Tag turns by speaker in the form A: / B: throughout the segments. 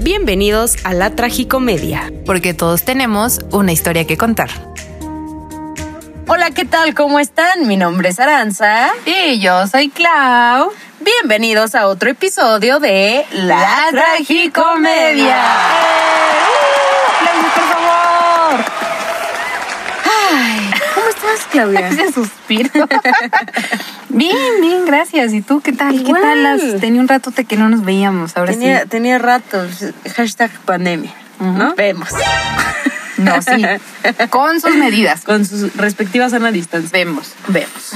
A: Bienvenidos a la Tragicomedia.
B: Porque todos tenemos una historia que contar.
C: Hola, ¿qué tal? ¿Cómo están? Mi nombre es Aranza.
B: Y yo soy Clau.
C: Bienvenidos a otro episodio de La, Tragicomedia.
B: Claudia, por favor.
C: Ay, ¿Cómo estás, Claudia?
B: Ese suspiro. bien, bien, gracias. ¿Y tú qué tal? ¿Qué
C: Igual.
B: tal? las- tenía un ratote que no nos veíamos. Ahora
C: Tenía, tenía ratos, hashtag pandemia, ¿no? Vemos.
B: sí. No, sí. Con sus medidas.
C: Con sus respectivas sana distancia.
B: Vemos.
C: Vemos.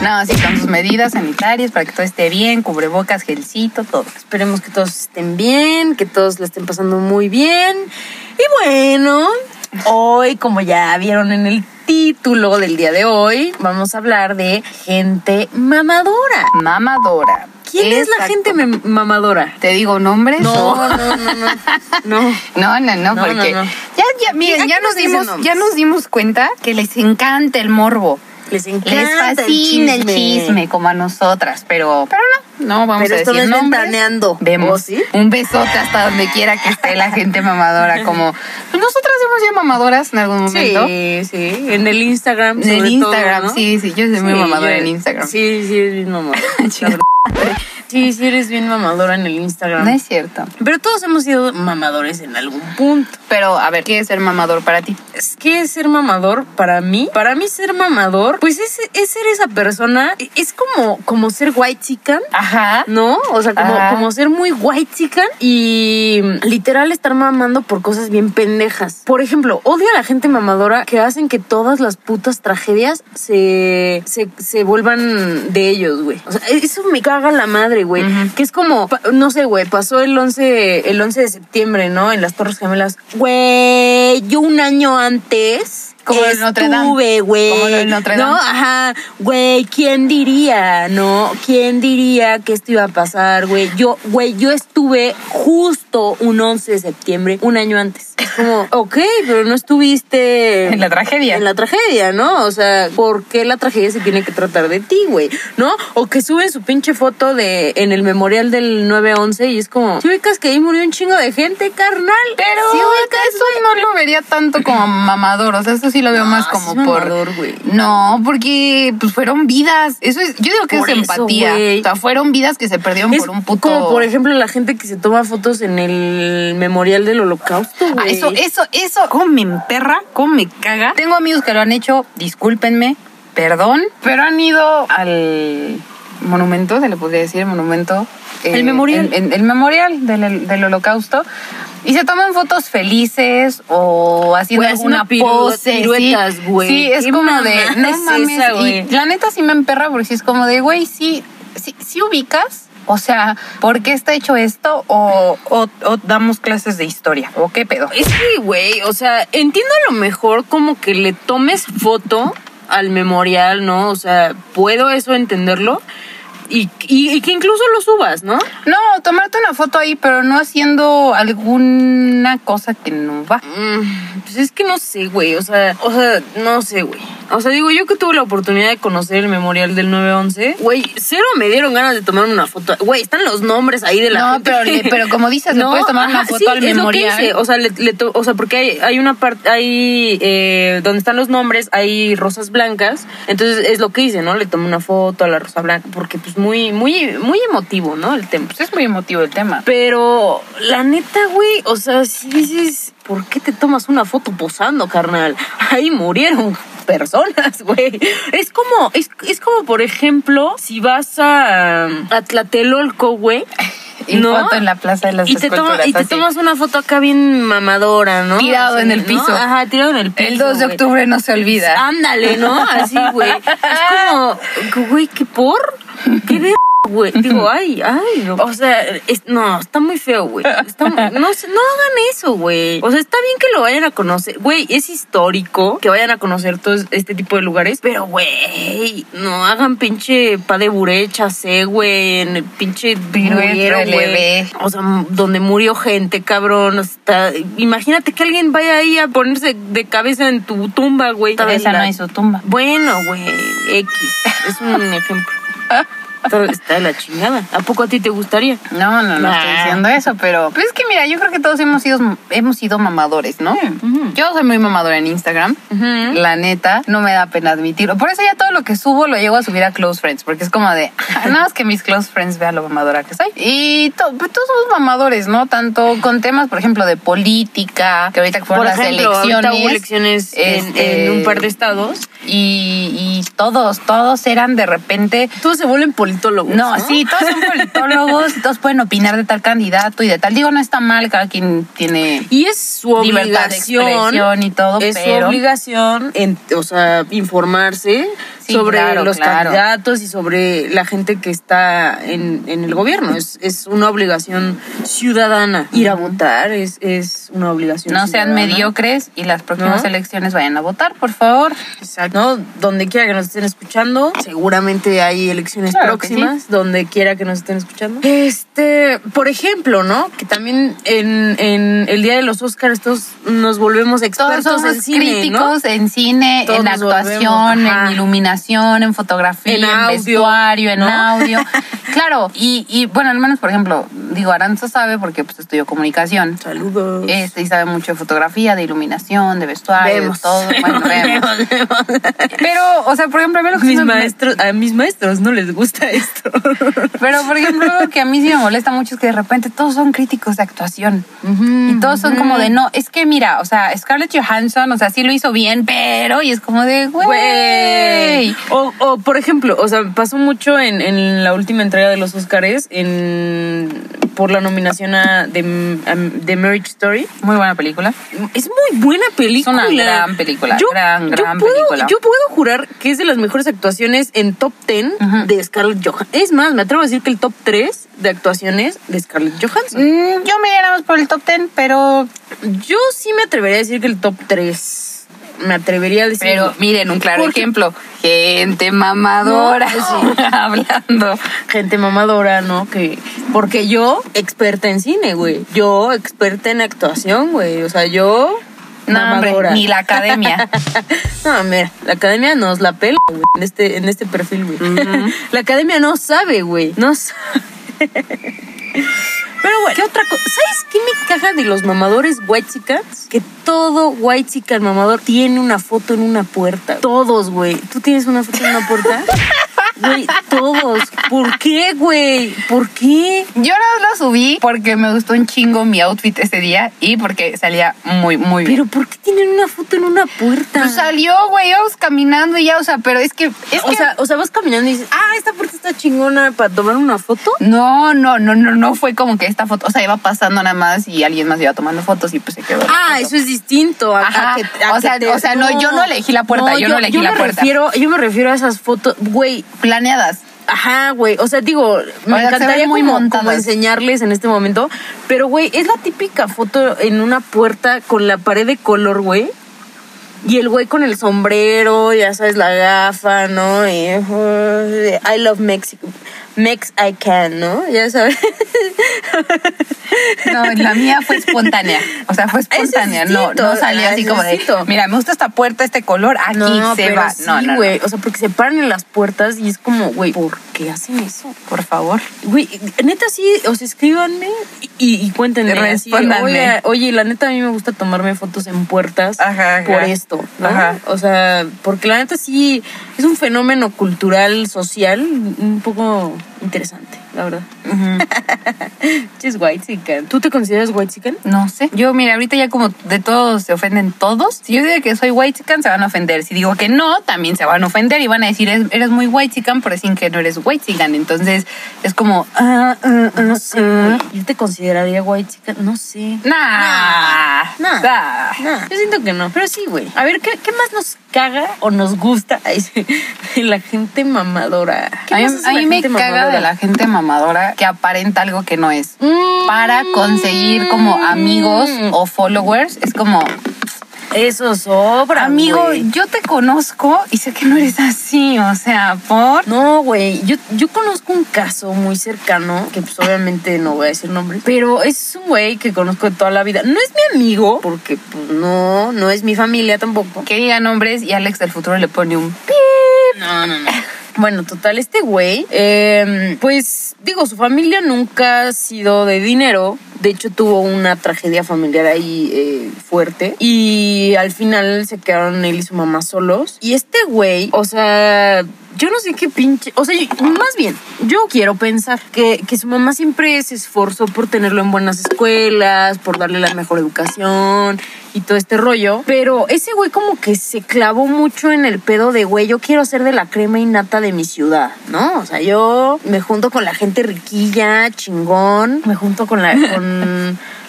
B: No, sí, con sus medidas sanitarias para que todo esté bien, cubrebocas, gelcito, todo.
C: Esperemos que todos estén bien, que todos la estén pasando muy bien. Y bueno, hoy, como ya vieron en el título del día de hoy, vamos a hablar de gente mamadora.
B: Mamadora.
C: ¿Quién es la
B: Exacto.
C: gente mem- mamadora?
B: ¿Te digo nombres? o-
C: no, no, no. No.
B: No, no, no,
C: No,
B: porque
C: no, no.
B: ya, ya, miren,
C: Aquí
B: ya
C: no
B: nos
C: se dicen
B: dimos,
C: nombres.
B: ya nos dimos cuenta que les encanta el morbo.
C: Les
B: Les
C: encanta
B: fascina el chisme, como a nosotras, pero, pero no, no vamos
C: Pero
B: a
C: esto
B: decir
C: no es
B: nombres.
C: ventaneando.
B: Vemos
C: ¿O sí?
B: un besote hasta donde quiera que esté la gente mamadora, como pues nosotras hemos sido mamadoras en algún momento.
C: Sí, sí. En el Instagram.
B: En
C: sobre
B: Instagram,
C: todo, ¿no?
B: sí, sí, yo soy muy
C: Sí,
B: mamadora
C: yo-
B: en Instagram.
C: Sí, sí, eres bien mamadora.
B: Chinga.
C: sí, sí, eres bien mamadora en el Instagram.
B: No es cierto.
C: Pero todos hemos sido mamadores en algún punto.
B: Pero, a ver, ¿qué es ser mamador para ti?
C: Es que ser mamador para mí, para mí ser mamador, pues es, es ser esa persona, e, es como, como ser white chican,
B: Ajá.
C: ¿no? O sea, como,
B: ¿Ah? Ajá.
C: como ser muy white chican y mm, literal estar mamando por cosas bien pendejas. Por ejemplo, odio a la gente mamadora que hacen que todas las putas tragedias se, se, se vuelvan de ellos, güey. O sea, eso me caga la madre, güey.
B: Ujú.
C: Que es como, pa- no sé, güey, pasó el 11, el 11 de septiembre, ¿no? En las Torres Gemelas. Güey, yo un año antes...
B: Como lo de Notre Dame.
C: estuve, güey.
B: Como lo de Notre
C: ¿No?
B: Dame.
C: Ajá, güey, ¿quién diría, no? ¿Quién diría que esto iba a pasar, güey? Yo, güey, yo estuve justo un 11 de septiembre, un año antes. Es como, ok, pero no estuviste...
B: En la tragedia.
C: En la tragedia, ¿no? O sea, ¿por qué la tragedia se tiene que tratar de ti, güey? ¿No? O que suben su pinche foto de en el memorial del 9-11 y es como, si ubicas que ahí murió un chingo de gente, carnal.
B: Pero
C: Sí,
B: eso no lo vería tanto como mamador, o sea, eso sí lo veo más
C: sí
B: como
C: Ah, es
B: por
C: mamador, güey.
B: No, porque pues fueron vidas, eso es yo digo que
C: Por
B: es
C: eso,
B: empatía,
C: güey.
B: o sea, fueron vidas que se perdieron
C: Es
B: por un puto
C: Como por ejemplo la gente que se toma fotos en el memorial del holocausto,
B: Ah,
C: güey.
B: eso eso eso cómo me emperra, cómo me caga. Tengo amigos que lo han hecho, discúlpenme, perdón, pero han ido al monumento, se le podría decir monumento eh,
C: El memorial.
B: en- en- el memorial del, del holocausto y se toman fotos felices o así haciendo
C: Güey, haciendo
B: alguna
C: piru-
B: pose.
C: piruetas,
B: sí.
C: güey.
B: Sí, es
C: Qué
B: como de,
C: mamada
B: no
C: es
B: mames.
C: esa,
B: y
C: güey.
B: la neta sí me emperra porque sí es como de, güey, sí, sí, sí ubicas. O sea, ¿por qué está hecho esto? O, o- o damos clases de historia. ¿O qué pedo?
C: Es que, güey, o sea, entiendo a lo mejor como que le tomes foto al memorial, ¿no? O sea, puedo eso entenderlo. Y, y- y que incluso lo subas, ¿no?
B: No, tomarte una foto ahí, pero no haciendo alguna cosa que no va.
C: Mm, Pues es que no sé, güey. O sea, o sea, no sé, güey. O sea, digo, yo que tuve la oportunidad de conocer el memorial del 911, güey, cero me dieron ganas de tomarme una foto. Güey, están los nombres ahí de la
B: No,
C: gente.
B: pero le- pero como dices, le puedes tomar una foto al
C: es lo que
B: memorial.
C: hice. O sea, le- le to- o sea, porque hay, hay una parte, ahí donde están los nombres, hay rosas blancas. Entonces es lo que hice, ¿no? Le tomé una foto a la rosa blanca, porque pues muy, muy, muy emotivo, ¿no? El tema.
B: Pues es muy emotivo el tema.
C: Pero la neta, güey, o sea, si dices, ¿por qué te tomas una foto posando, carnal? Ahí murieron personas, güey. Es como, es, es como, por ejemplo, si vas a, a Tlatelolco, güey.
B: Y foto en la Plaza de las
C: y te, toma-
B: Esculturas,
C: y te
B: así.
C: tomas una foto acá bien mamadora, ¿no?
B: Tirado en el
C: ¿no?
B: piso.
C: Ajá, tirado en el piso.
B: El 2 de
C: güey. Ah,
B: octubre no se olvida.
C: Pues, Ándale, ¿no? Así, güey. Es como, güey, ¿qué por? ¿Qué de güey? Digo, ay, ay. no. O sea, es- no, está muy feo, güey. Está mu- no, sé, no hagan eso, güey. O sea, está bien que lo vayan a conocer. Güey, es histórico que vayan a conocer todo este tipo de lugares. Pero, güey, no hagan pinche pa de burecha, sé, güey. En el pinche
B: Pirueta,
C: murieron, güey.
B: LB.
C: O sea, m- donde murió gente, cabrón. o sea, está- imagínate que alguien vaya ahí a ponerse de cabeza en tu tumba, güey.
B: Esa no
C: La-
B: es su tumba.
C: Bueno, güey, X. Es un ejemplo. Pero está de la chingada. ¿A poco a ti te gustaría?
B: No, no, no
C: Nah.
B: estoy diciendo eso, pero pues es que mira, yo creo que todos hemos sido, hemos sido mamadores, ¿no?
C: Mm, Ujú.
B: Yo soy muy mamadora en Instagram. La neta, no me da pena admitirlo. Por eso ya todo lo que subo lo llego a subir a Close Friends, porque es como de, "Ah, nada más que mis Close Friends vean lo mamadora que soy. Y to- pues, todos somos mamadores, ¿no? Tanto con temas, por ejemplo, de política, que ahorita que fueron
C: Por
B: las
C: ejemplo, ahorita
B: elecciones.
C: hubo elecciones en-
B: este,
C: en un par de estados.
B: Y, y todos, todos eran de repente
C: Todos se vuelven politólogos.
B: no, sí, todos son politólogos, todos pueden opinar de tal candidato y de tal. Digo, no está mal, cada quien tiene
C: Y es su
B: libertad de
C: obligación.
B: expresión y todo,
C: Es su
B: pero
C: obligación, en- o sea, informarse
B: Sí,
C: sobre
B: claro,
C: los
B: claro.
C: candidatos y sobre la gente que está en, en el gobierno. Es, es una obligación ciudadana. Ir a votar es, es una obligación
B: no sean
C: ciudadana.
B: mediocres y las próximas
C: ¿No?
B: elecciones vayan a votar, por favor.
C: Exacto. ¿no? Donde quiera que nos estén escuchando, seguramente hay elecciones
B: Claro que
C: próximas, donde quiera que nos estén escuchando. Este, por ejemplo, ¿no? Que también en, en el día de los Oscars todos nos volvemos
B: Todos
C: expertos en
B: somos
C: cine,
B: críticos en cine,
C: Todos
B: en
C: nos
B: actuación,
C: volvemos, ajá.
B: en iluminación, en fotografía,
C: En
B: en,
C: audio,
B: vestuario, en
C: ¿no?
B: audio. claro, y, y bueno, al menos, por ejemplo, digo, Aranza sabe porque pues estudió comunicación.
C: ¿no? Saludos.
B: Este, y sabe mucho de fotografía, de iluminación, de vestuario, de
C: Vemos.
B: todo. Bueno, vemos.
C: Vemos, vemos.
B: Pero, o sea, por ejemplo, a mí lo que sí
C: Mis
B: me-
C: maestros, a mis maestros no les gusta esto.
B: Pero, por ejemplo, lo que a mí sí me molesta mucho es que de repente todos son críticos de actuación. Y todos son como de, no, es que mira, o sea, Scarlett Johansson, o sea, sí lo hizo bien, pero... Y es como de, güey...
C: Güey. O, o, por ejemplo, o sea, pasó mucho en, en la última entrega de los Oscars en, por la nominación a The, a The Marriage Story.
B: Muy buena película.
C: Es muy buena película.
B: Es una gran película, gran, gran
C: puedo,
B: película.
C: Yo puedo jurar que es de las mejores actuaciones en top 10
B: Ujú.
C: de Scarlett Johansson. Es más, me atrevo a decir que el top 3 de actuaciones de Scarlett Johansson.
B: Mm, yo me iría más por el top ten, pero...
C: Yo sí me atrevería a decir que el top 3. Me atrevería a decir.
B: Pero miren, un claro
C: Porque-
B: ejemplo. Gente mamadora
C: No,
B: hablando.
C: gente mamadora, ¿no? Que porque yo experta en cine, güey. Yo experta en actuación, güey. O sea, yo
B: No, hombre, ni la academia.
C: no, mira, la academia nos la pela, güey, en este en este perfil, güey. la academia no sabe, güey. No sabe. Pero bueno, ¿qué otra cosa? ¿Sabes qué me caja de los mamadores white chicans? Que todo white chican mamador tiene una foto en una puerta. Todos, güey. ¿Tú tienes una foto en una puerta? Güey, todos. ¿Por qué, güey? ¿Por qué?
B: Yo no lo subí porque me gustó un chingo mi outfit ese día y porque salía muy, muy bien.
C: ¿Pero por qué tienen una foto en una puerta?
B: Pues salió, güey, íbamos caminando y ya, o sea, pero es que, es
C: o,
B: que-
C: sea, o sea, vas caminando y dices, ah, esta puerta está chingona para tomar una foto.
B: no, no, no, no, no fue como que esta foto, o sea, iba pasando nada más y alguien más iba tomando fotos y pues se quedó. la
C: Ah,
B: foto.
C: eso es distinto. a- a
B: Ajá.
C: que- a
B: O
C: que
B: sea, o sea, no, yo no elegí la puerta, yo no elegí la
C: me
B: puerta.
C: Refiero, yo me refiero a esas fotos, güey.
B: Planeadas.
C: Ajá, güey. O sea, digo, me
B: O sea, se
C: encantaría
B: ven muy
C: como,
B: montadas.
C: como enseñarles en este momento. Pero, güey, es la típica foto en una puerta con la pared de color, güey. Y el güey con el sombrero, ya sabes, la gafa, ¿no? Y, uh, I love Mexico. Mex I can, ¿no? Ya sabes.
B: No, la mía fue espontánea. O sea, fue
C: es
B: espontánea. No,
C: distinto,
B: no salió
C: ah,
B: así
C: es
B: como de,
C: distinto.
B: mira, me gusta esta puerta, este color, aquí se
C: pero
B: va.
C: sí,
B: no, no, no.
C: güey. O sea, porque se paran en las puertas y es como, güey, ¿por qué hacen eso?
B: Por favor.
C: Güey, neta sí, os escríbanme y, y cuéntenme. así,
B: Respóndanme.
C: oye, oye, la neta a mí me gusta tomarme fotos en puertas
B: Ajá, ajá.
C: por esto, ¿no?
B: Ajá.
C: O sea, porque la neta sí es un fenómeno cultural, social, un poco interesante, la verdad. Es white chicken. ¿Tú te consideras white chicken?
B: No sé. Yo, mira, ahorita ya como de todos se ofenden todos. Si yo digo que soy white chican, se van a ofender. Si digo que no, también se van a ofender y van a decir, "Es- eres muy white chican, pero sin que no eres white chican. Entonces, es como,
C: Ah, ah, ah, no sé. güey. Yo te consideraría white chicken, no sé.
B: nah,
C: Nah.
B: nah.
C: Nah, yo siento que no, pero sí, güey. A ver, ¿qué, qué más nos caga o nos gusta Ay, sí, de la gente mamadora? ¿Qué
B: A mí,
C: más hace
B: a mí
C: la
B: me
C: gente
B: caga
C: mamadora?
B: de la gente mamadora que aparenta algo que no es.
C: Mm.
B: Para conseguir como amigos o followers, es como,
C: Eso sobra,
B: amigo,
C: güey.
B: yo te conozco y sé que no eres así. O sea, por...
C: No, güey, yo, yo conozco un caso muy cercano, que pues obviamente no voy a decir nombre, pero es un güey que conozco de toda la vida. No es mi amigo, porque pues no, no es mi familia tampoco.
B: Que digan nombres y Alex del futuro le pone un
C: No, no, no. Bueno, total, este güey, eh, pues digo, su familia nunca ha sido de dinero. De hecho, tuvo una tragedia familiar ahí eh, fuerte. Y al final se quedaron él y su mamá solos. Y este güey, o sea, yo no sé qué pinche. O sea, yo- más bien, yo quiero pensar que, que su mamá siempre se esforzó por tenerlo en buenas escuelas, por darle la mejor educación y todo este rollo. Pero ese güey, como que se clavó mucho en el pedo de güey, yo quiero ser de la crema innata de mi ciudad, ¿no? O sea, yo me junto con la gente riquilla, chingón, me junto con la. con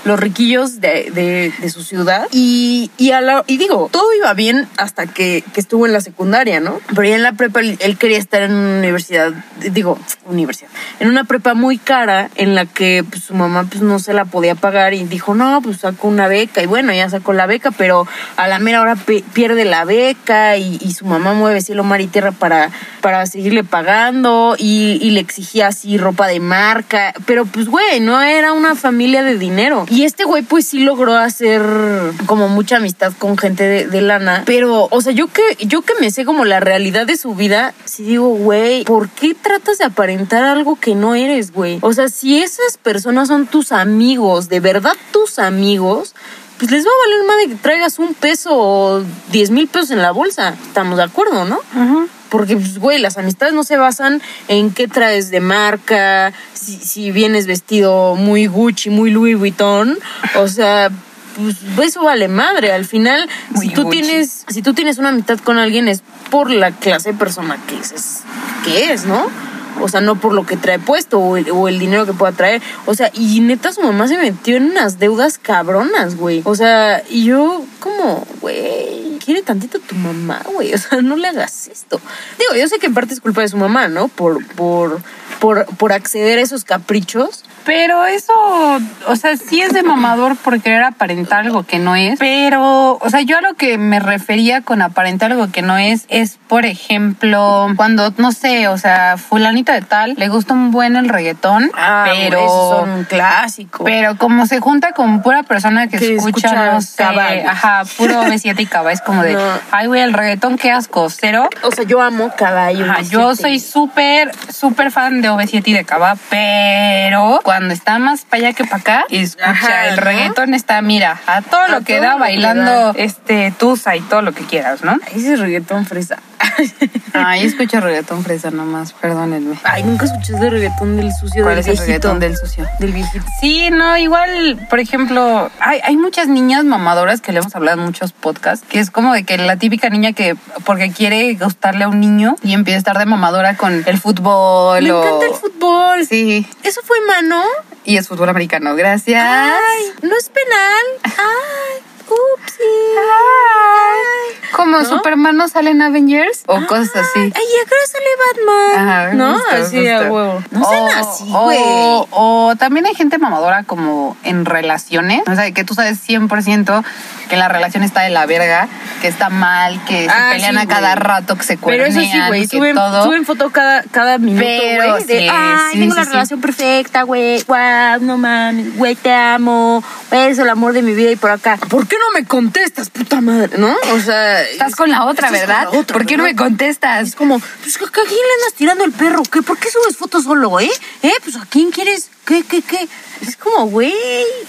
C: los riquillos de, de- de su ciudad. Y, y, a la- y digo, todo iba bien hasta que, que estuvo en la secundaria, ¿no? Pero ya en la prepa él, él quería estar en una universidad, digo, universidad, en una prepa muy cara en la que pues, su mamá pues, no se la podía pagar y dijo, no, pues saco una beca. Y bueno, ya sacó la beca, pero a la mera hora pe- pierde la beca y, y su mamá mueve cielo, mar y tierra para, para seguirle pagando y, y le exigía así ropa de marca. Pero pues, güey, no era una familia de dinero. Y este güey, pues sí logró hacer como mucha amistad con gente de, de lana. Pero, o sea, yo que, yo que me sé como la realidad de su vida, sí digo, güey, ¿por qué tratas de aparentar algo que no eres, güey? O sea, si esas personas son tus amigos, de verdad tus amigos, pues les va a valer más de que traigas un peso o diez mil pesos en la bolsa. Estamos de acuerdo, ¿no? Porque, pues, güey, las amistades no se basan en qué traes de marca, si, si vienes vestido muy Gucci, muy Louis Vuitton. O sea, pues eso vale madre. Al final,
B: Muy
C: si tú,
B: Gucci.
C: tienes, si tú tienes una amistad con alguien es por la clase de persona que es, que es ¿no? O sea, no por lo que trae puesto o el, o el dinero que pueda traer. O sea, y neta su mamá se metió en unas deudas cabronas, güey. O sea, y yo como, güey, quiere tantito tu mamá, güey. O sea, no le hagas esto. Digo, yo sé que en parte es culpa de su mamá, ¿no? Por, por, por, por acceder a esos caprichos.
B: Pero eso, o sea, sí es de mamador por querer aparentar algo que no es. Pero, o sea, yo a lo que me refería con aparentar algo que no es, es, por ejemplo, cuando, no sé, o sea, fulanita de tal, le gusta un buen el reggaetón, pero...
C: Ah, son un clásico.
B: Pero como se junta con pura persona que,
C: Que
B: escucha,
C: escucha
B: no sé,
C: caballos.
B: ajá, puro B7 y caba, es como de,
C: No.
B: ay, güey, el reggaetón, qué asco, cero.
C: O sea, yo amo caballo.
B: Ajá, yo soy súper, súper fan de OV7 y de Cava, pero cuando está más para allá que para acá, escucha,
C: Ajá,
B: el
C: ¿no?
B: reggaetón está, mira, a todo
C: A
B: lo que
C: todo
B: da
C: lo que
B: bailando este tusa y todo lo que quieras, ¿no?
C: Ese reggaetón fresa.
B: Ay, escucho reggaetón fresa nomás, perdónenme.
C: Ay, nunca escuché ese reggaetón del sucio
B: ¿Cuál
C: del
B: es el
C: viejito.
B: reggaetón del sucio?
C: Del viejito.
B: Sí, no, igual, por ejemplo, hay, hay muchas niñas mamadoras que le hemos hablado en muchos podcasts, que es como de que la típica niña que porque quiere gustarle a un niño y empieza a estar de mamadora con el fútbol
C: Me
B: o-
C: encanta el fútbol.
B: Sí,
C: Eso fue mano.
B: y es fútbol americano, gracias.
C: Ay, no es penal. Ay, upsi. Ay.
B: Como
C: ¿No?
B: Superman no sale en Avengers o cosas así.
C: Ay, ya creo que sale Batman.
B: Ajá,
C: eh, no,
B: justo,
C: así a
B: justo.
C: huevo. No sean
B: O-
C: así,
B: o-
C: güey.
B: O también hay gente mamadora como en relaciones. O sea, que tú sabes 100% que la relación está de la verga, que está mal, que se
C: Ah,
B: pelean
C: sí,
B: a cada
C: güey.
B: rato, que se
C: Pero
B: cuernean,
C: eso sí, güey,
B: que
C: suben,
B: todo.
C: suben foto cada, cada minuto,
B: Pero
C: güey. de,
B: sí,
C: Ay,
B: sí,
C: tengo
B: sí,
C: la
B: sí.
C: relación perfecta, güey. Guau, no mames, güey, te amo. Eres el amor de mi vida y por acá. ¿Por qué no me contestas, puta madre? ¿No? O sea...
B: Estás con la otra,
C: estás con
B: ¿verdad?
C: la otra,
B: ¿Por qué no me
C: ¿verdad?
B: contestas?
C: Es como, pues ¿a quién le andas tirando el perro? ¿Qué? ¿Por qué subes fotos solo, eh? ¿Eh? Pues ¿a quién quieres? ¿Qué, qué, qué? Es como, güey.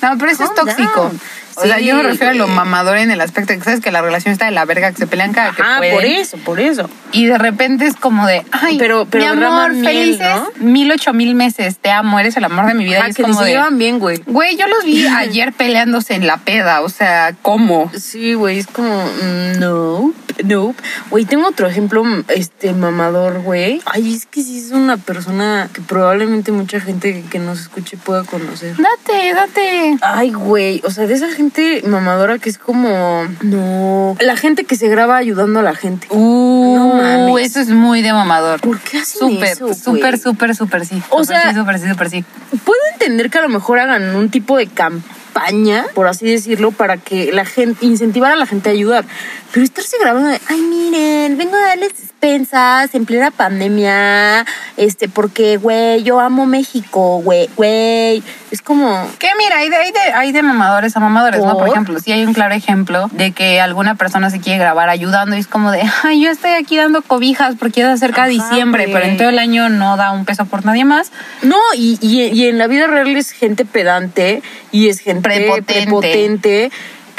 B: No, pero eso es
C: calm
B: tóxico.
C: down.
B: O sea,
C: Sí,
B: yo me refiero a lo
C: güey.
B: mamador en el aspecto de que sabes que la relación está de la verga, que se pelean cada que
C: Ah,
B: pueden.
C: por eso, por eso.
B: Y de repente es como de, ay,
C: Pero- pero
B: mi amor,
C: derraman miel,
B: felices
C: ¿no?
B: mil, ocho mil meses, te amo, eres el amor de mi vida.
C: Ah,
B: y es
C: que ni
B: como
C: se
B: de,
C: llevan bien, güey.
B: güey, yo los vi ayer peleándose en la peda, o sea, ¿cómo?
C: Sí, güey, es como, mm, no, no. Güey, tengo otro ejemplo, mm, este, mamador, güey. Ay, es que sí es una persona que probablemente mucha gente que, que nos escuche pueda conocer.
B: Date, date.
C: Ay, güey, o sea, de esa gente mamadora que es como, no. La gente que se graba ayudando a la gente.
B: Uh,
C: No mames.
B: eso es muy de mamador.
C: ¿Por qué hacen
B: Súper,
C: eso, güey?
B: súper, súper, súper, sí.
C: O
B: Súper,
C: sea-
B: sí, súper, sí, súper, sí.
C: Puedo entender que a lo mejor hagan un tipo de campaña, por así decirlo, para que la gente, incentivar a la gente a ayudar. Pero estarse grabando de, ay, miren, vengo a darles pensas en plena pandemia? Este, porque, güey, yo amo México, güey, güey. Es como,
B: Que mira, hay de, hay de, hay de mamadores a mamadores, ¿no? Por
C: ¿Por?
B: ejemplo, sí hay un claro ejemplo de que alguna persona se quiere grabar ayudando y es como de, ay, yo estoy aquí dando cobijas porque es cerca de
C: Ajá,
B: diciembre,
C: güey.
B: pero en todo el año no da un peso por nadie más.
C: No, y, y, y en la vida real es gente pedante y es gente
B: Prepotente.
C: prepotente, que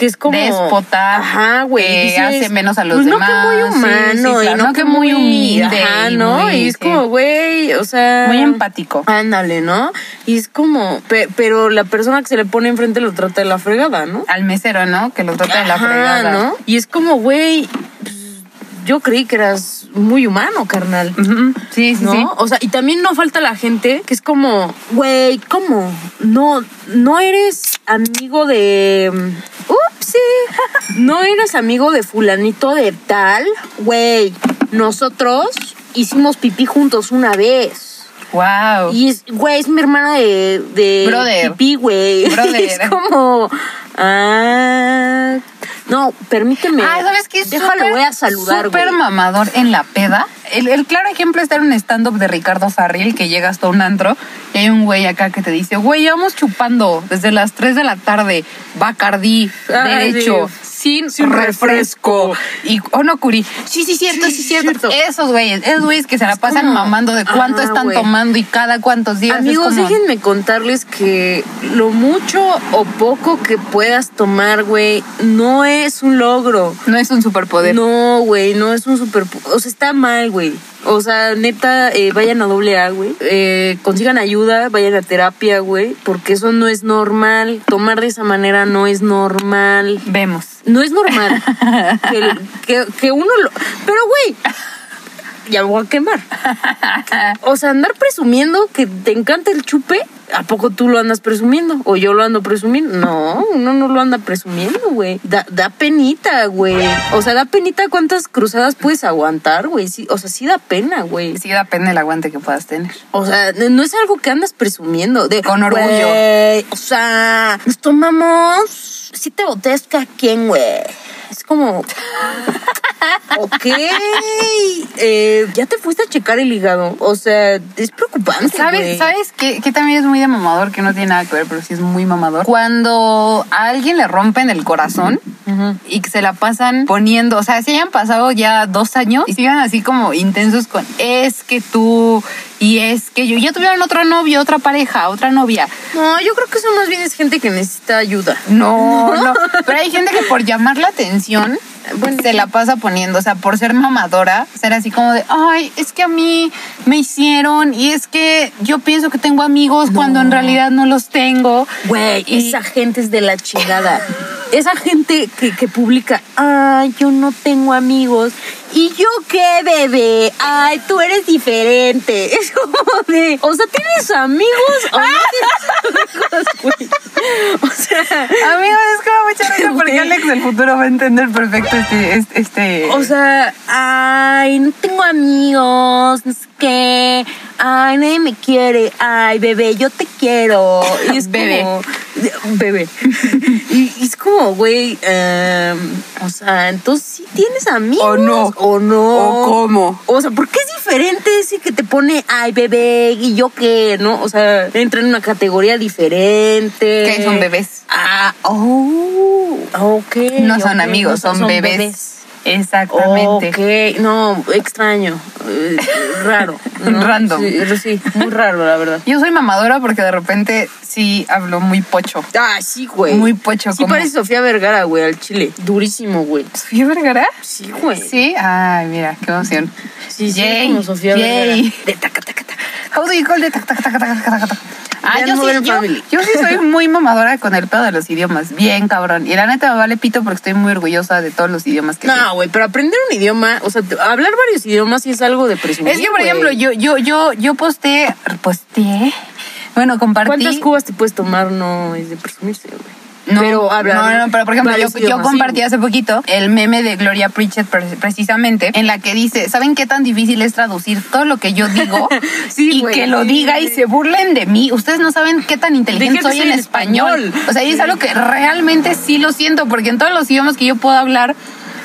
C: es como
B: Déspota,
C: Ajá, güey.
B: que
C: dices,
B: hace menos a los
C: pues
B: demás,
C: No que muy
B: sí,
C: humano
B: sí, claro,
C: y no, que muy humilde. Ajá,
B: y
C: ¿no?
B: muy,
C: y es
B: sí.
C: como, güey, o sea.
B: Muy empático.
C: Ándale, ¿no? Y es como, pe- pero la persona que se le pone enfrente lo trata de la fregada, ¿no?
B: Al mesero, ¿no? Que lo trata de la
C: Ajá,
B: fregada.
C: ¿no? Y es como, güey, pues, yo creí que eras muy humano, carnal.
B: Ujú, Sí, sí,
C: ¿no?
B: sí.
C: O sea, y también no falta la gente que es como, güey, ¿cómo? No, no eres amigo de. Upsi. No eres amigo de fulanito de tal, güey. Nosotros hicimos pipí juntos una vez.
B: Wow.
C: Y es, güey, es mi hermana de, de
B: Brother.
C: pipí, güey.
B: Brother.
C: es como. Ah. No, permíteme.
B: Ah, ¿sabes qué?
C: Déjalo,
B: Súper-
C: voy a saludar,
B: Súper
C: güey.
B: mamador en la peda. El, el claro ejemplo está en un stand-up de Ricardo Farril que llega hasta un antro y hay un güey acá que te dice, güey, llevamos chupando desde las 3 de la tarde, Bacardí,
C: Ah,
B: derecho, sin,
C: Sin
B: refresco.
C: refresco.
B: Y, oh no, Curi, sí, sí, cierto, sí,
C: Sí, sí,
B: cierto.
C: cierto. Eh,
B: Esos güeyes, esos güeyes que se la pasan
C: como-
B: mamando de cuánto
C: Ajá,
B: están
C: güey.
B: tomando y cada cuántos días. Es
C: Amigos,
B: como-
C: déjenme contarles que lo mucho o poco que puedas tomar, güey, no es un logro.
B: No es un superpoder.
C: No, güey, no es un super... O sea, está mal, güey. O sea, neta, eh, vayan a doble A, güey. Eh, consigan ayuda, vayan a terapia, güey. Porque eso no es normal. Tomar de esa manera no es normal.
B: Vemos.
C: No es normal que, que- que uno lo... Pero, güey, ya me voy a quemar. O sea, andar presumiendo que te encanta el chupe, ¿a poco tú lo andas presumiendo? ¿O yo lo ando presumiendo? No, uno no lo anda presumiendo, güey. Da, da penita, güey. O sea, da penita cuántas cruzadas puedes aguantar, güey. Sí, o sea, sí da pena, güey.
B: Sí, depende el aguante que puedas tener.
C: O sea, no no es algo que andas presumiendo. De,
B: Con orgullo.
C: "Güey, o sea, nos tomamos siete botellas cada quien, güey. Es como... ok. eh, ya te fuiste a checar el hígado. O sea, es preocupante,
B: ¿Sabes,
C: güey.
B: ¿sabes qué, qué también es muy de mamador? Que no tiene nada que ver, pero sí es muy mamador. Cuando a alguien le rompen el corazón
C: Ujú.
B: y que se la pasan poniendo, o sea, si hayan pasado ya dos años y sigan así como intensos con es que tú y es que yo. Ya tuvieron otro novio, otra pareja, otra novia.
C: No, yo creo que eso más bien es gente que necesita ayuda.
B: No, no. Pero hay gente que por llamar la atención pues, se la pasa poniendo, o sea, por ser mamadora, ser así como de, ay, es que a mí me hicieron y es que yo pienso que tengo amigos cuando en realidad no los tengo.
C: Güey,
B: Y-
C: esa gente es de la chingada. Esa gente que, que publica, ay, yo no tengo amigos. ¿Y yo qué, bebé? Ay, tú eres diferente. Es como de, o sea, ¿tienes amigos o no tienes amigos, güey? O sea,
B: Amigos, es como mucha risa porque
C: Güey.
B: Alex del futuro va a entender perfecto este... este, este-
C: o sea, ay, no tengo amigos, no sé qué. Ay, nadie me quiere. Ay, bebé, yo te quiero. Y es
B: Bebé.
C: como- bebé. y, y es como, güey, em, o sea, entonces sí tienes amigos.
B: O no.
C: O no.
B: ¿O cómo?
C: O sea, ¿por qué es diferente ese que te pone, ay, bebé, y yo qué, no? O sea, entra en una categoría diferente.
B: Que son bebés.
C: Ah, oh, ok.
B: no son
C: ok,
B: amigos,
C: o sea,
B: son, bebés. Exactamente.
C: Ok, no, extraño, eh, raro. ¿no?
B: Random.
C: Sí, sí, muy raro, la verdad.
B: Yo soy mamadora porque de repente sí hablo muy pocho.
C: Ah, sí, güey.
B: Muy pocho.
C: Sí,
B: como-
C: parece Sofía Vergara, güey, al chile. Durísimo, güey.
B: ¿Sofía Vergara?
C: Sí, güey.
B: Sí, ay, mira, qué emoción.
C: sí, sí,
B: Yay,
C: como Sofía
B: yay.
C: Vergara. De taca, taca, taca.
B: How do you call it? Tac, tac, tac, tac, tac, tac. Ah,
C: Ya
B: yo,
C: no
B: sí,
C: eran
B: yo,
C: family.
B: yo sí soy muy mamadora con el pedo de los idiomas. Bien, cabrón. Y la neta me vale pito porque estoy muy orgullosa de todos los idiomas que sé.
C: No, güey, pero aprender un idioma, o sea, te- hablar varios idiomas sí es algo de presumir,
B: Es que, por
C: güey.
B: ejemplo, yo, yo, yo, yo posté, posté, bueno, compartí.
C: ¿Cuántas cubas te puedes tomar? No, es de presumirse, güey.
B: No,
C: pero hablar
B: No, no, pero por ejemplo, yo,
C: varios
B: yo
C: idiomas, sí,
B: compartí
C: güey.
B: hace poquito el meme de Gloria Pritchett pre- precisamente, en la que dice, ¿saben qué tan difícil es traducir todo lo que yo digo?
C: Sí,
B: y
C: güey,
B: que lo
C: sí,
B: diga y
C: sí.
B: se burlen de mí. Ustedes no saben qué tan inteligente
C: Dejen de
B: soy
C: ser
B: en
C: en
B: español.
C: español.
B: O sea, y es algo que realmente sí lo siento, porque en todos los idiomas que yo puedo hablar,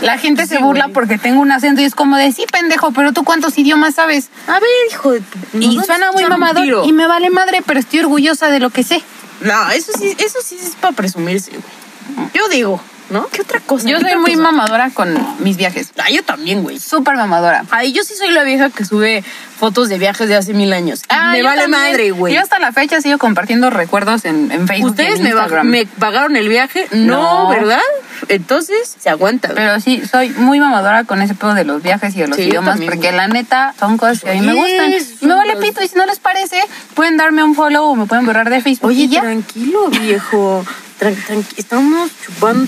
B: La gente se
C: Sí,
B: burla
C: güey.
B: porque tengo un acento y es como de, sí, pendejo, pero tú cuántos idiomas sabes.
C: A ver, hijo de tu- nos
B: Y
C: vas a
B: suena muy
C: echar un tiro.
B: mamador y me vale madre, pero estoy orgullosa de lo que sé.
C: No, eso sí, eso sí es para presumirse, güey. Yo digo, ¿no? ¿Qué otra cosa?
B: Yo
C: ¿Qué
B: soy
C: otra
B: muy
C: cosa?
B: mamadora con mis viajes.
C: Ah, yo también, güey.
B: Súper mamadora.
C: Ay, yo sí soy la vieja que sube fotos de viajes de hace mil años.
B: Ah,
C: me
B: yo
C: vale
B: también.
C: madre, güey.
B: Yo hasta la fecha sigo compartiendo recuerdos en, en Facebook. y
C: Ustedes
B: en
C: me, ba-
B: Instagram.
C: me pagaron el viaje, no,
B: No.
C: ¿verdad? Entonces se aguanta. güey.
B: Pero sí, soy muy mamadora con ese pedo de los viajes y de los
C: Sí, yo
B: idiomas,
C: también,
B: porque
C: güey.
B: la neta son cosas que a mí me
C: Sí,
B: gustan. Y me
C: son
B: vale
C: los-
B: pito, y si no les parece, pueden darme un follow o me pueden borrar de Facebook.
C: Oye,
B: y ya.
C: tranquilo, viejo. Tran- tranqui- estamos chupando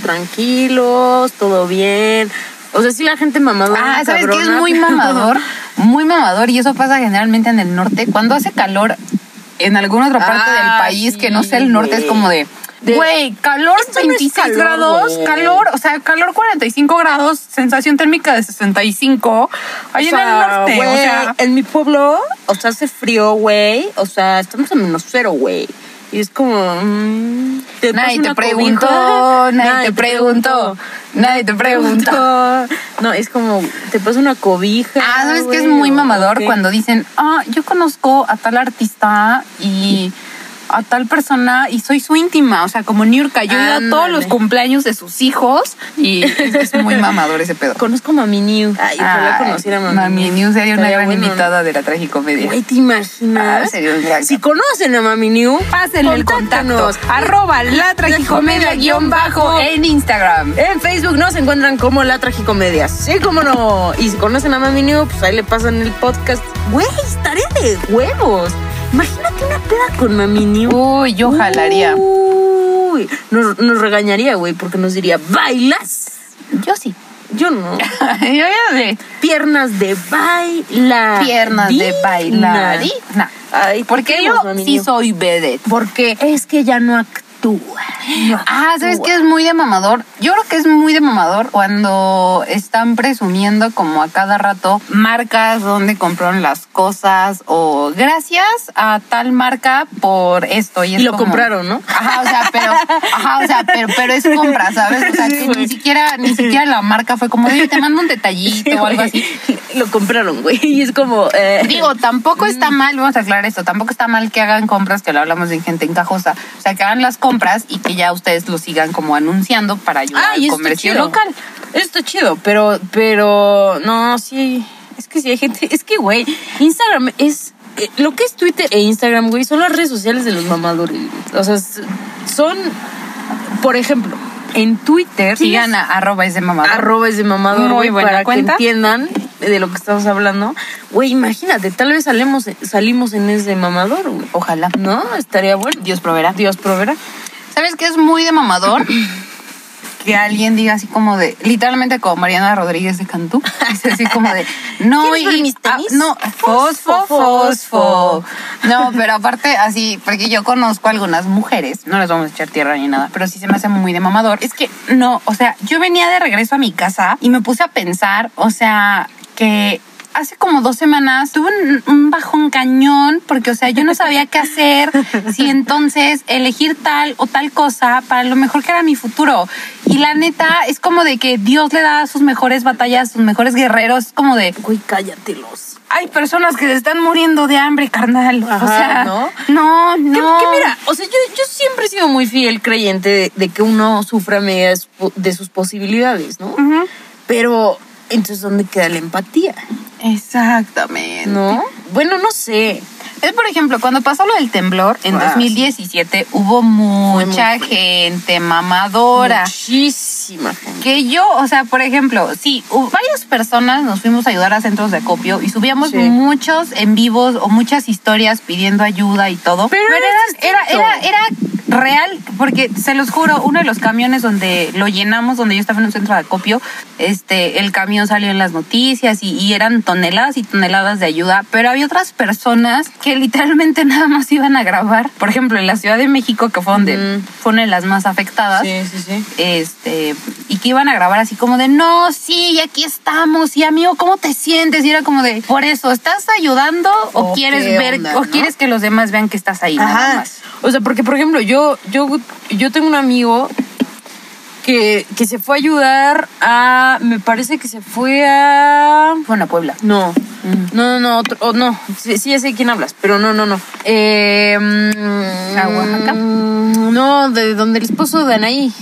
C: tranquilos, todo bien. O sea, sí la gente mamadora.
B: Ah, ¿sabes qué es
C: cabrona,
B: muy
C: pero-
B: mamador? Muy mamador, y eso pasa generalmente en el norte. Cuando hace calor en alguna otra parte
C: Ah,
B: del país que no
C: sí,
B: sea el norte, es
C: güey.
B: como de.
C: De-
B: Güey, calor
C: Esto no es
B: 26
C: calor,
B: grados,
C: güey.
B: calor, o sea, calor 45 grados, sensación térmica de 65. Ahí
C: O sea,
B: en el norte, o
C: güey, eh,
B: sea,
C: en mi pueblo, o sea, hace frío, güey. O sea, estamos a menos cero, güey. Y es como. mm, ¿te
B: Nadie
C: paso
B: te
C: una
B: preguntó,
C: cobija?
B: nadie te preguntó, nadie te preguntó.
C: No, es como, te paso una cobija.
B: Ah, ¿sabes que es
C: güey,
B: muy
C: o
B: mamador
C: qué?
B: cuando dicen, ah, yo conozco a tal artista y a tal persona y soy su íntima? O sea, como Niurka, yo he ido a todos
C: Ándale.
B: los cumpleaños de sus hijos y es muy mamador ese pedo.
C: Conozco a Mami New. Ay, ojalá
B: Ay,
C: conociera a Mami,
B: Mami New sería una gran
C: bueno, ¿no?
B: invitada de la tragicomedia.
C: Güey, ¿te imaginas?
B: Ah, sería un gran-
C: Si conocen a Mami New,
B: Pásenle el contacto.
C: contáctanos.
B: Arroba la tragicomedia guión bajo en Instagram.
C: En Facebook nos encuentran como La Tragicomedia. Sí, cómo no. Y si conocen a Mami New, pues ahí le pasan el podcast. Güey, estaré de huevos. Imagínate una peda con Mami New.
B: Uy, yo jalaría.
C: Uh. Uy, nos, nos regañaría, güey, porque nos diría, ¿bailas?
B: Yo sí.
C: Yo no.
B: yo ya sé.
C: Piernas de bailar.
B: piernas de bailar.
C: Ay,
B: Porque yo sí soy vedette.
C: Porque es que ya no actúa. no
B: Ah, ¿sabes
C: actúa.
B: qué es muy de mamador? Yo creo que es muy de mamador cuando están presumiendo como a cada rato marcas donde compraron las cosas o gracias a tal marca por esto y, es
C: Y lo
B: como-
C: compraron, ¿no?
B: Ajá, o sea, pero, ajá, o sea, pero, pero es compra, ¿sabes? O sea,
C: Sí,
B: que
C: güey.
B: ni siquiera, ni siquiera la marca fue como, "Oye, te mando un detallito o algo así.
C: Lo compraron, güey. Y es como. eh,
B: Digo, tampoco está mal, vamos a aclarar esto, tampoco está mal que hagan compras, que lo hablamos de gente encajosa, o sea, que hagan las compras y que ya ustedes lo sigan como anunciando para ayudar
C: ah, y
B: al
C: esto
B: comercio
C: chido.
B: local.
C: Esto chido, pero, pero, no, sí. Es que sí hay gente. Es que, güey, Instagram es. eh, Lo que es Twitter e Instagram, güey, son las redes sociales de los mamadores. güey. O sea, s- son, por ejemplo, en Twitter.
B: Sigan a arroba ese mamador.
C: arroba es de mamador,
B: Muy
C: güey,
B: buena
C: para
B: cuenta.
C: que entiendan de lo que estamos hablando. Güey, imagínate, tal vez salemos, salimos en ese mamador, güey.
B: Ojalá.
C: No, estaría bueno. Dios proveerá. Dios proveerá.
B: ¿Sabes qué es muy de mamador? Que alguien diga así como de, literalmente como Mariana Rodríguez de Cantú, es así como de, no, ah,
C: ¿Quieres ver mis tenis?
B: no, fosfo,
C: Fosfo,
B: fosfo.
C: fosfo.
B: No, pero aparte así, porque yo conozco algunas mujeres, no les vamos a echar tierra ni nada, pero sí se me hace muy de mamador. Es que no, o sea, yo venía de regreso a mi casa y me puse a pensar, o sea, que hace como dos semanas tuve un, un bajón cañón porque, o sea, yo no sabía qué hacer, si entonces elegir tal o tal cosa para lo mejor que era mi futuro. Y la neta es como de que Dios le da sus mejores batallas, sus mejores guerreros, como de
C: Güey, cállatelos.
B: hay personas que se están muriendo de hambre, carnal.
C: Ajá,
B: o sea,
C: ¿no?
B: no,
C: Que,
B: no.
C: que mira, o sea, yo, yo siempre he sido muy fiel creyente de, de que uno sufra a medida de su- de sus posibilidades, ¿no?
B: Ujú.
C: Pero, entonces, ¿dónde queda la empatía?
B: Exactamente.
C: ¿No? Bueno, no sé.
B: Es, por ejemplo, cuando pasó lo del temblor en
C: Ah,
B: 2017, hubo mucha
C: muy feo.
B: gente mamadora.
C: Muchísima gente.
B: que yo, o sea, por ejemplo, sí, hu- varias personas nos fuimos a ayudar a centros de acopio y subíamos
C: Sí.
B: muchos en vivos o muchas historias pidiendo ayuda y todo.
C: Pero era
B: era,
C: distinto.
B: era, era real, porque se los juro, uno de los camiones donde lo llenamos, donde yo estaba en un centro de acopio, este, el camión salió en las noticias y, y eran toneladas y toneladas de ayuda, pero había otras personas que literalmente nada más iban a grabar. Por ejemplo, en la Ciudad de México, que fue donde
C: Ujú.
B: fue una de las más afectadas
C: Sí, sí, sí.
B: este y que iban a grabar así como de no sí aquí estamos y amigo cómo te sientes y era como de por eso estás ayudando o,
C: ¿O
B: quieres
C: qué
B: ver
C: onda,
B: o
C: no?
B: quieres que los demás vean que estás ahí nada más
C: O sea, porque por ejemplo, yo, yo, yo tengo un amigo que, que se fue a ayudar a. Me parece que se fue a.
B: Fue una Puebla.
C: No, no, no, no, otro- oh, no. Sí, sí, ya sé de quién hablas, pero no, no, no. Eh, mm,
B: ¿A Oaxaca?
C: mm, No, de donde el esposo de Anaí.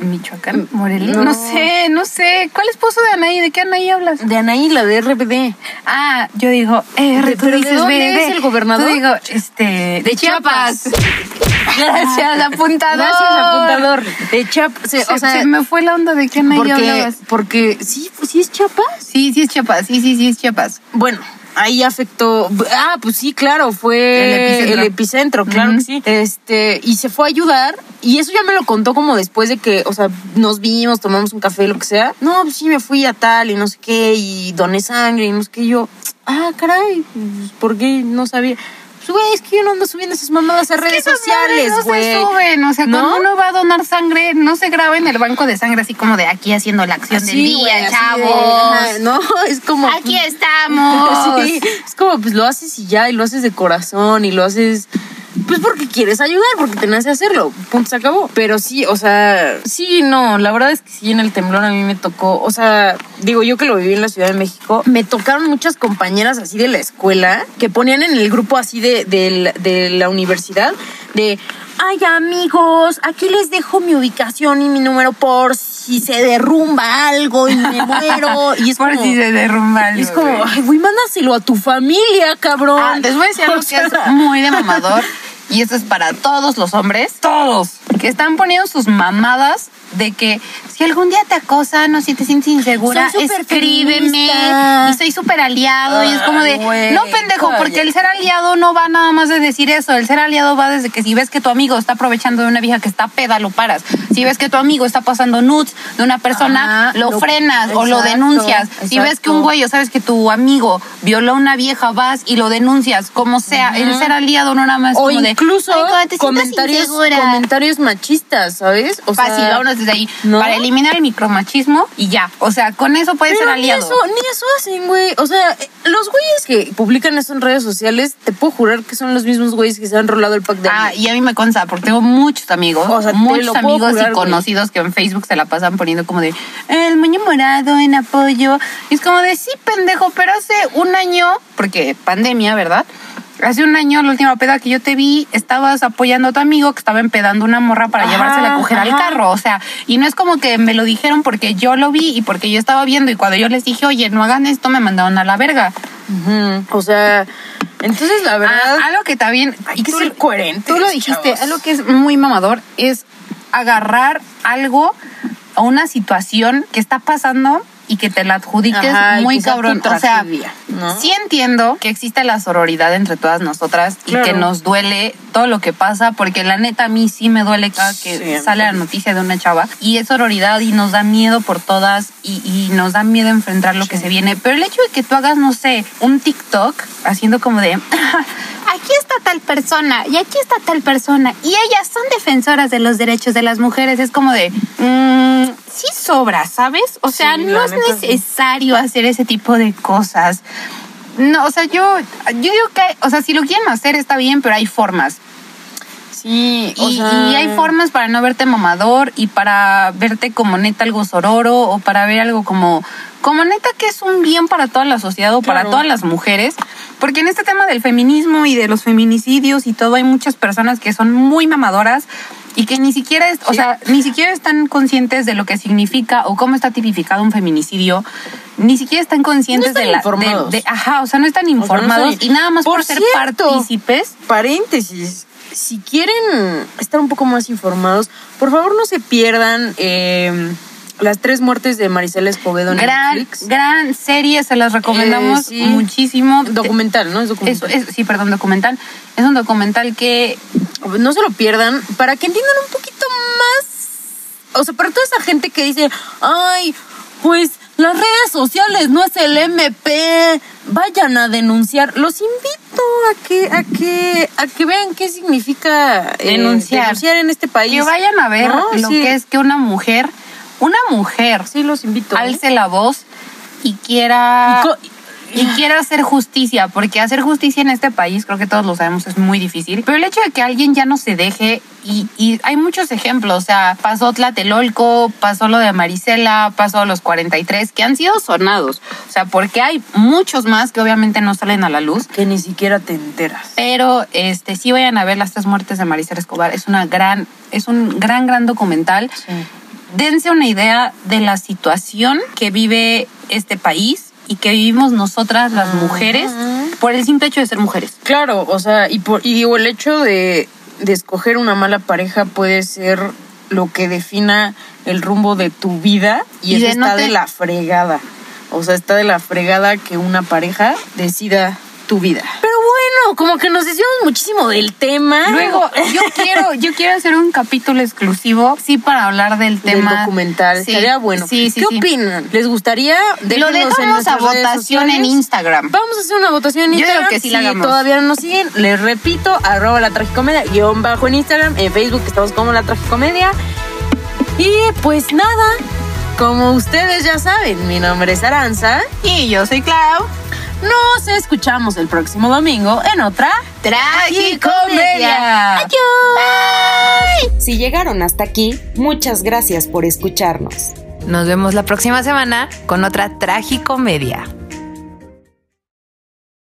B: Michoacán, Morelia. Mm, No. sé, no sé. ¿Cuál esposo de Anaí? ¿De qué Anaí hablas?
C: De Anaí, la de RBD.
B: Ah, yo digo, eh,
C: ¿Pero
B: tú
C: de
B: dices,
C: dónde
B: bebé.
C: es el gobernador?
B: Tú digo, este, de
C: Chiapas.
B: Gracias, Ah. apuntador.
C: Gracias, apuntador. De Chiapas.
B: Se,
C: o sea,
B: se me fue la onda de qué Anaí
C: porque,
B: hablabas.
C: porque sí, pues, sí es Chiapas.
B: Sí, sí es Chiapas, sí, sí, sí es Chiapas.
C: Bueno, ahí afectó. Ah, pues sí, claro, fue
B: El epicentro.
C: el epicentro, claro
B: Ujú.
C: que sí. Este, y se fue a ayudar. Y eso ya me lo contó como después de que, o sea, nos vimos, tomamos un café, lo que sea. No, pues sí, me fui a tal y no sé qué, y doné sangre y no sé qué. Y yo, ah, caray, pues, ¿por qué no sabía? Pues, güey, es que yo no ando subiendo esas mamadas a redes
B: Esas madres
C: sociales, güey.
B: No se suben, o sea,
C: ¿No?
B: cuando uno va a donar sangre, no se graba en el banco de sangre así como de aquí haciendo la acción del
C: Así,
B: día,
C: güey, así de,
B: chavos.
C: ajá, no, es como.
B: Aquí estamos.
C: Sí, es como pues lo haces y ya, y lo haces de corazón, y lo haces pues porque quieres ayudar, porque tenías que hacerlo, punto, se acabó. Pero sí, o sea, sí, no, la verdad es que sí, en el temblor a mí me tocó, o sea, digo yo que lo viví en la Ciudad de México, me tocaron muchas compañeras así de la escuela que ponían en el grupo así de, de, la- de la universidad de... Ay amigos, aquí les dejo mi ubicación y mi número por si se derrumba algo y me muero. Y es
B: Por
C: como-
B: si se derrumba algo,
C: y es como,
B: güey.
C: ay, güey, mándaselo a tu familia, cabrón.
B: Ah, les voy a decir algo
C: O
B: que
C: sea,
B: es muy de mamador. Y esto es para todos los hombres. Todos. Que están poniendo sus mamadas de que si algún día te acosan o si te sientes insegura,
C: Soy súper
B: escríbeme.
C: feminista.
B: Y soy súper aliado. y es como de,
C: Ay, güey,
B: no pendejo, porque el ser aliado no va nada más de decir eso. El ser aliado va desde que si ves que tu amigo está aprovechando de una vieja que está peda, lo paras. Si ves que tu amigo está pasando nudes de una persona,
C: Ajá,
B: lo,
C: Ah, lo-
B: frenas o lo
C: exacto,
B: denuncias. Si ves que un
C: exacto.
B: güey o sabes que tu amigo violó a una vieja, vas y lo denuncias, como sea, el ser aliado no nada más
C: o
B: como de,
C: incluso
B: "Ay, cuando te sientas
C: comentarios,
B: insegura".
C: comentarios machistas, ¿sabes? O
B: Fácil,
C: sea,
B: vámonos desde ahí.
C: ¿no?
B: Para eliminar el micromachismo y ya. O sea, con eso puedes ser
C: Pero ni
B: aliado.
C: eso, ni eso hacen, güey. O sea, eh, los güeyes que publican eso en redes sociales, te puedo jurar que son los mismos güeyes que se han rolado el pack de
B: Ah,
C: amigos.
B: y a mí me consta, porque tengo muchos amigos,
C: O sea, te lo
B: muchos
C: puedo
B: amigos
C: jurar,
B: y
C: güey.
B: conocidos que en Facebook se la pasan poniendo como de el moño morado en apoyo. Y es como de sí, pendejo, pero hace un año, porque pandemia, ¿verdad? Hace un año, la última peda que yo te vi, estabas apoyando a tu amigo que estaba empedando una morra para
C: Ajá,
B: llevarse la mujer al
C: ajá.
B: carro. O sea, y no es como que me lo dijeron porque yo lo vi y porque yo estaba viendo. Y cuando yo les dije, oye, no hagan esto, me mandaron a la verga.
C: Ujú. O sea, entonces la verdad.
B: Ah, algo que también hay
C: que ser coherentes,
B: Tú lo dijiste,
C: chavos.
B: algo que es muy mamador es agarrar algo o una situación que está pasando y que te la adjudiques
C: Ajá, y
B: muy
C: que sea tu
B: cabrón. O sea,
C: tragedia, ¿no?
B: sí entiendo que existe la sororidad entre todas nosotras
C: Claro.
B: y que nos duele todo lo que pasa, porque la neta a mí sí me duele cada que
C: Siempre.
B: sale la noticia de una chava. Y es sororidad y nos da miedo por todas y, y nos da miedo enfrentar lo que se viene. Pero el hecho de que tú hagas, no sé, un TikTok haciendo como de... Aquí está tal persona y aquí está tal persona y ellas son defensoras de los derechos de las mujeres. Es como de, mm, sí sobra, ¿sabes? O sea,
C: Sí, la
B: no es
C: neta sí.
B: necesario hacer ese tipo de cosas. No, o sea, yo, yo digo que, o sea, si lo quieren hacer está bien, pero hay formas.
C: sí,
B: Y, y hay
C: formas
B: formas para no verte mamador y para verte como neta algo sororo o para ver algo como, como neta que es un bien para toda la sociedad o para
C: Claro.
B: todas las mujeres. Porque en este tema del feminismo y de los feminicidios y todo, hay muchas personas que son muy mamadoras y que ni siquiera, es- o
C: Sí.
B: sea, ni siquiera están conscientes de lo que significa o cómo está tipificado un feminicidio. Ni siquiera están conscientes
C: están
B: de la.
C: informados.
B: De, de- ajá, o sea, no están
C: no están-
B: informados y nada más por,
C: Por
B: ser
C: cierto.
B: partícipes.
C: paréntesis. Si quieren estar un poco más informados, por favor no se pierdan eh, las tres muertes de Marisela Escobedo en
B: Gran,
C: Netflix.
B: gran serie, se las
C: Eh,
B: recomendamos
C: sí.
B: muchísimo.
C: Documental, ¿no? Es
B: Eso
C: documental.
B: es, sí, perdón, documental. Es un documental que
C: No se lo pierdan para que entiendan un poquito más. O sea, para toda esa gente que dice, ay, pues las redes sociales no es el MP, vayan a denunciar. Los invito a que, a que, a que vean qué significa eh,
B: Denunciar.
C: denunciar en este país.
B: que vayan a ver
C: ¿No?
B: lo
C: Sí.
B: que es que una mujer, una mujer
C: Sí, los invito. ¿eh?
B: alce la voz y quiera
C: Y co-
B: y quiere hacer justicia, porque hacer justicia en este país, creo que todos lo sabemos, es muy difícil. Pero el hecho de que alguien ya no se deje, y, y hay muchos ejemplos, o sea, pasó Tlatelolco, pasó lo de Marisela, pasó los 43, que han sido sonados. O sea, porque hay muchos más que obviamente no salen a la luz.
C: Que ni siquiera te enteras.
B: Pero este, sí vayan a ver las tres muertes de Marisela Escobar. Es una gran, es un gran, gran documental dense una idea de la situación que vive este país y que vivimos nosotras las mujeres por el simple hecho de ser mujeres.
C: Claro, o sea, y, por, y digo, el hecho de, de escoger una mala pareja puede ser lo que defina el rumbo de tu vida y,
B: Y
C: eso
B: de no
C: está
B: te-
C: de la fregada. O sea, está de la fregada que una pareja decida tu vida.
D: Pero bueno, como que nos decimos muchísimo del
C: Ah.
D: tema.
B: Luego, yo quiero, yo quiero hacer un capítulo exclusivo, sí, para hablar del
C: Del
B: tema.
C: documental.
B: Sí,
C: Estaría bueno.
B: Sí, sí,
C: ¿Qué
B: sí.
C: opinan? ¿Les gustaría?
B: Lo
C: Déjenos en
B: dejamos a
C: nuestras redes
B: votación en
C: sociales.
B: Instagram.
C: Vamos a hacer una votación en
B: Yo
C: Instagram.
B: creo que sí
C: si
B: la hagamos.
C: todavía no nos siguen, les repito, arroba la tragicomedia, guión bajo en Instagram, en Facebook estamos como la tragicomedia. Y pues nada, como ustedes ya saben, mi nombre es Aranza.
B: Y yo soy Clau.
C: Nos escuchamos el próximo domingo en otra
B: Tragicomedia.
C: Adiós.
E: Si llegaron hasta aquí, muchas gracias por escucharnos.
B: Nos vemos la próxima semana con otra tragicomedia.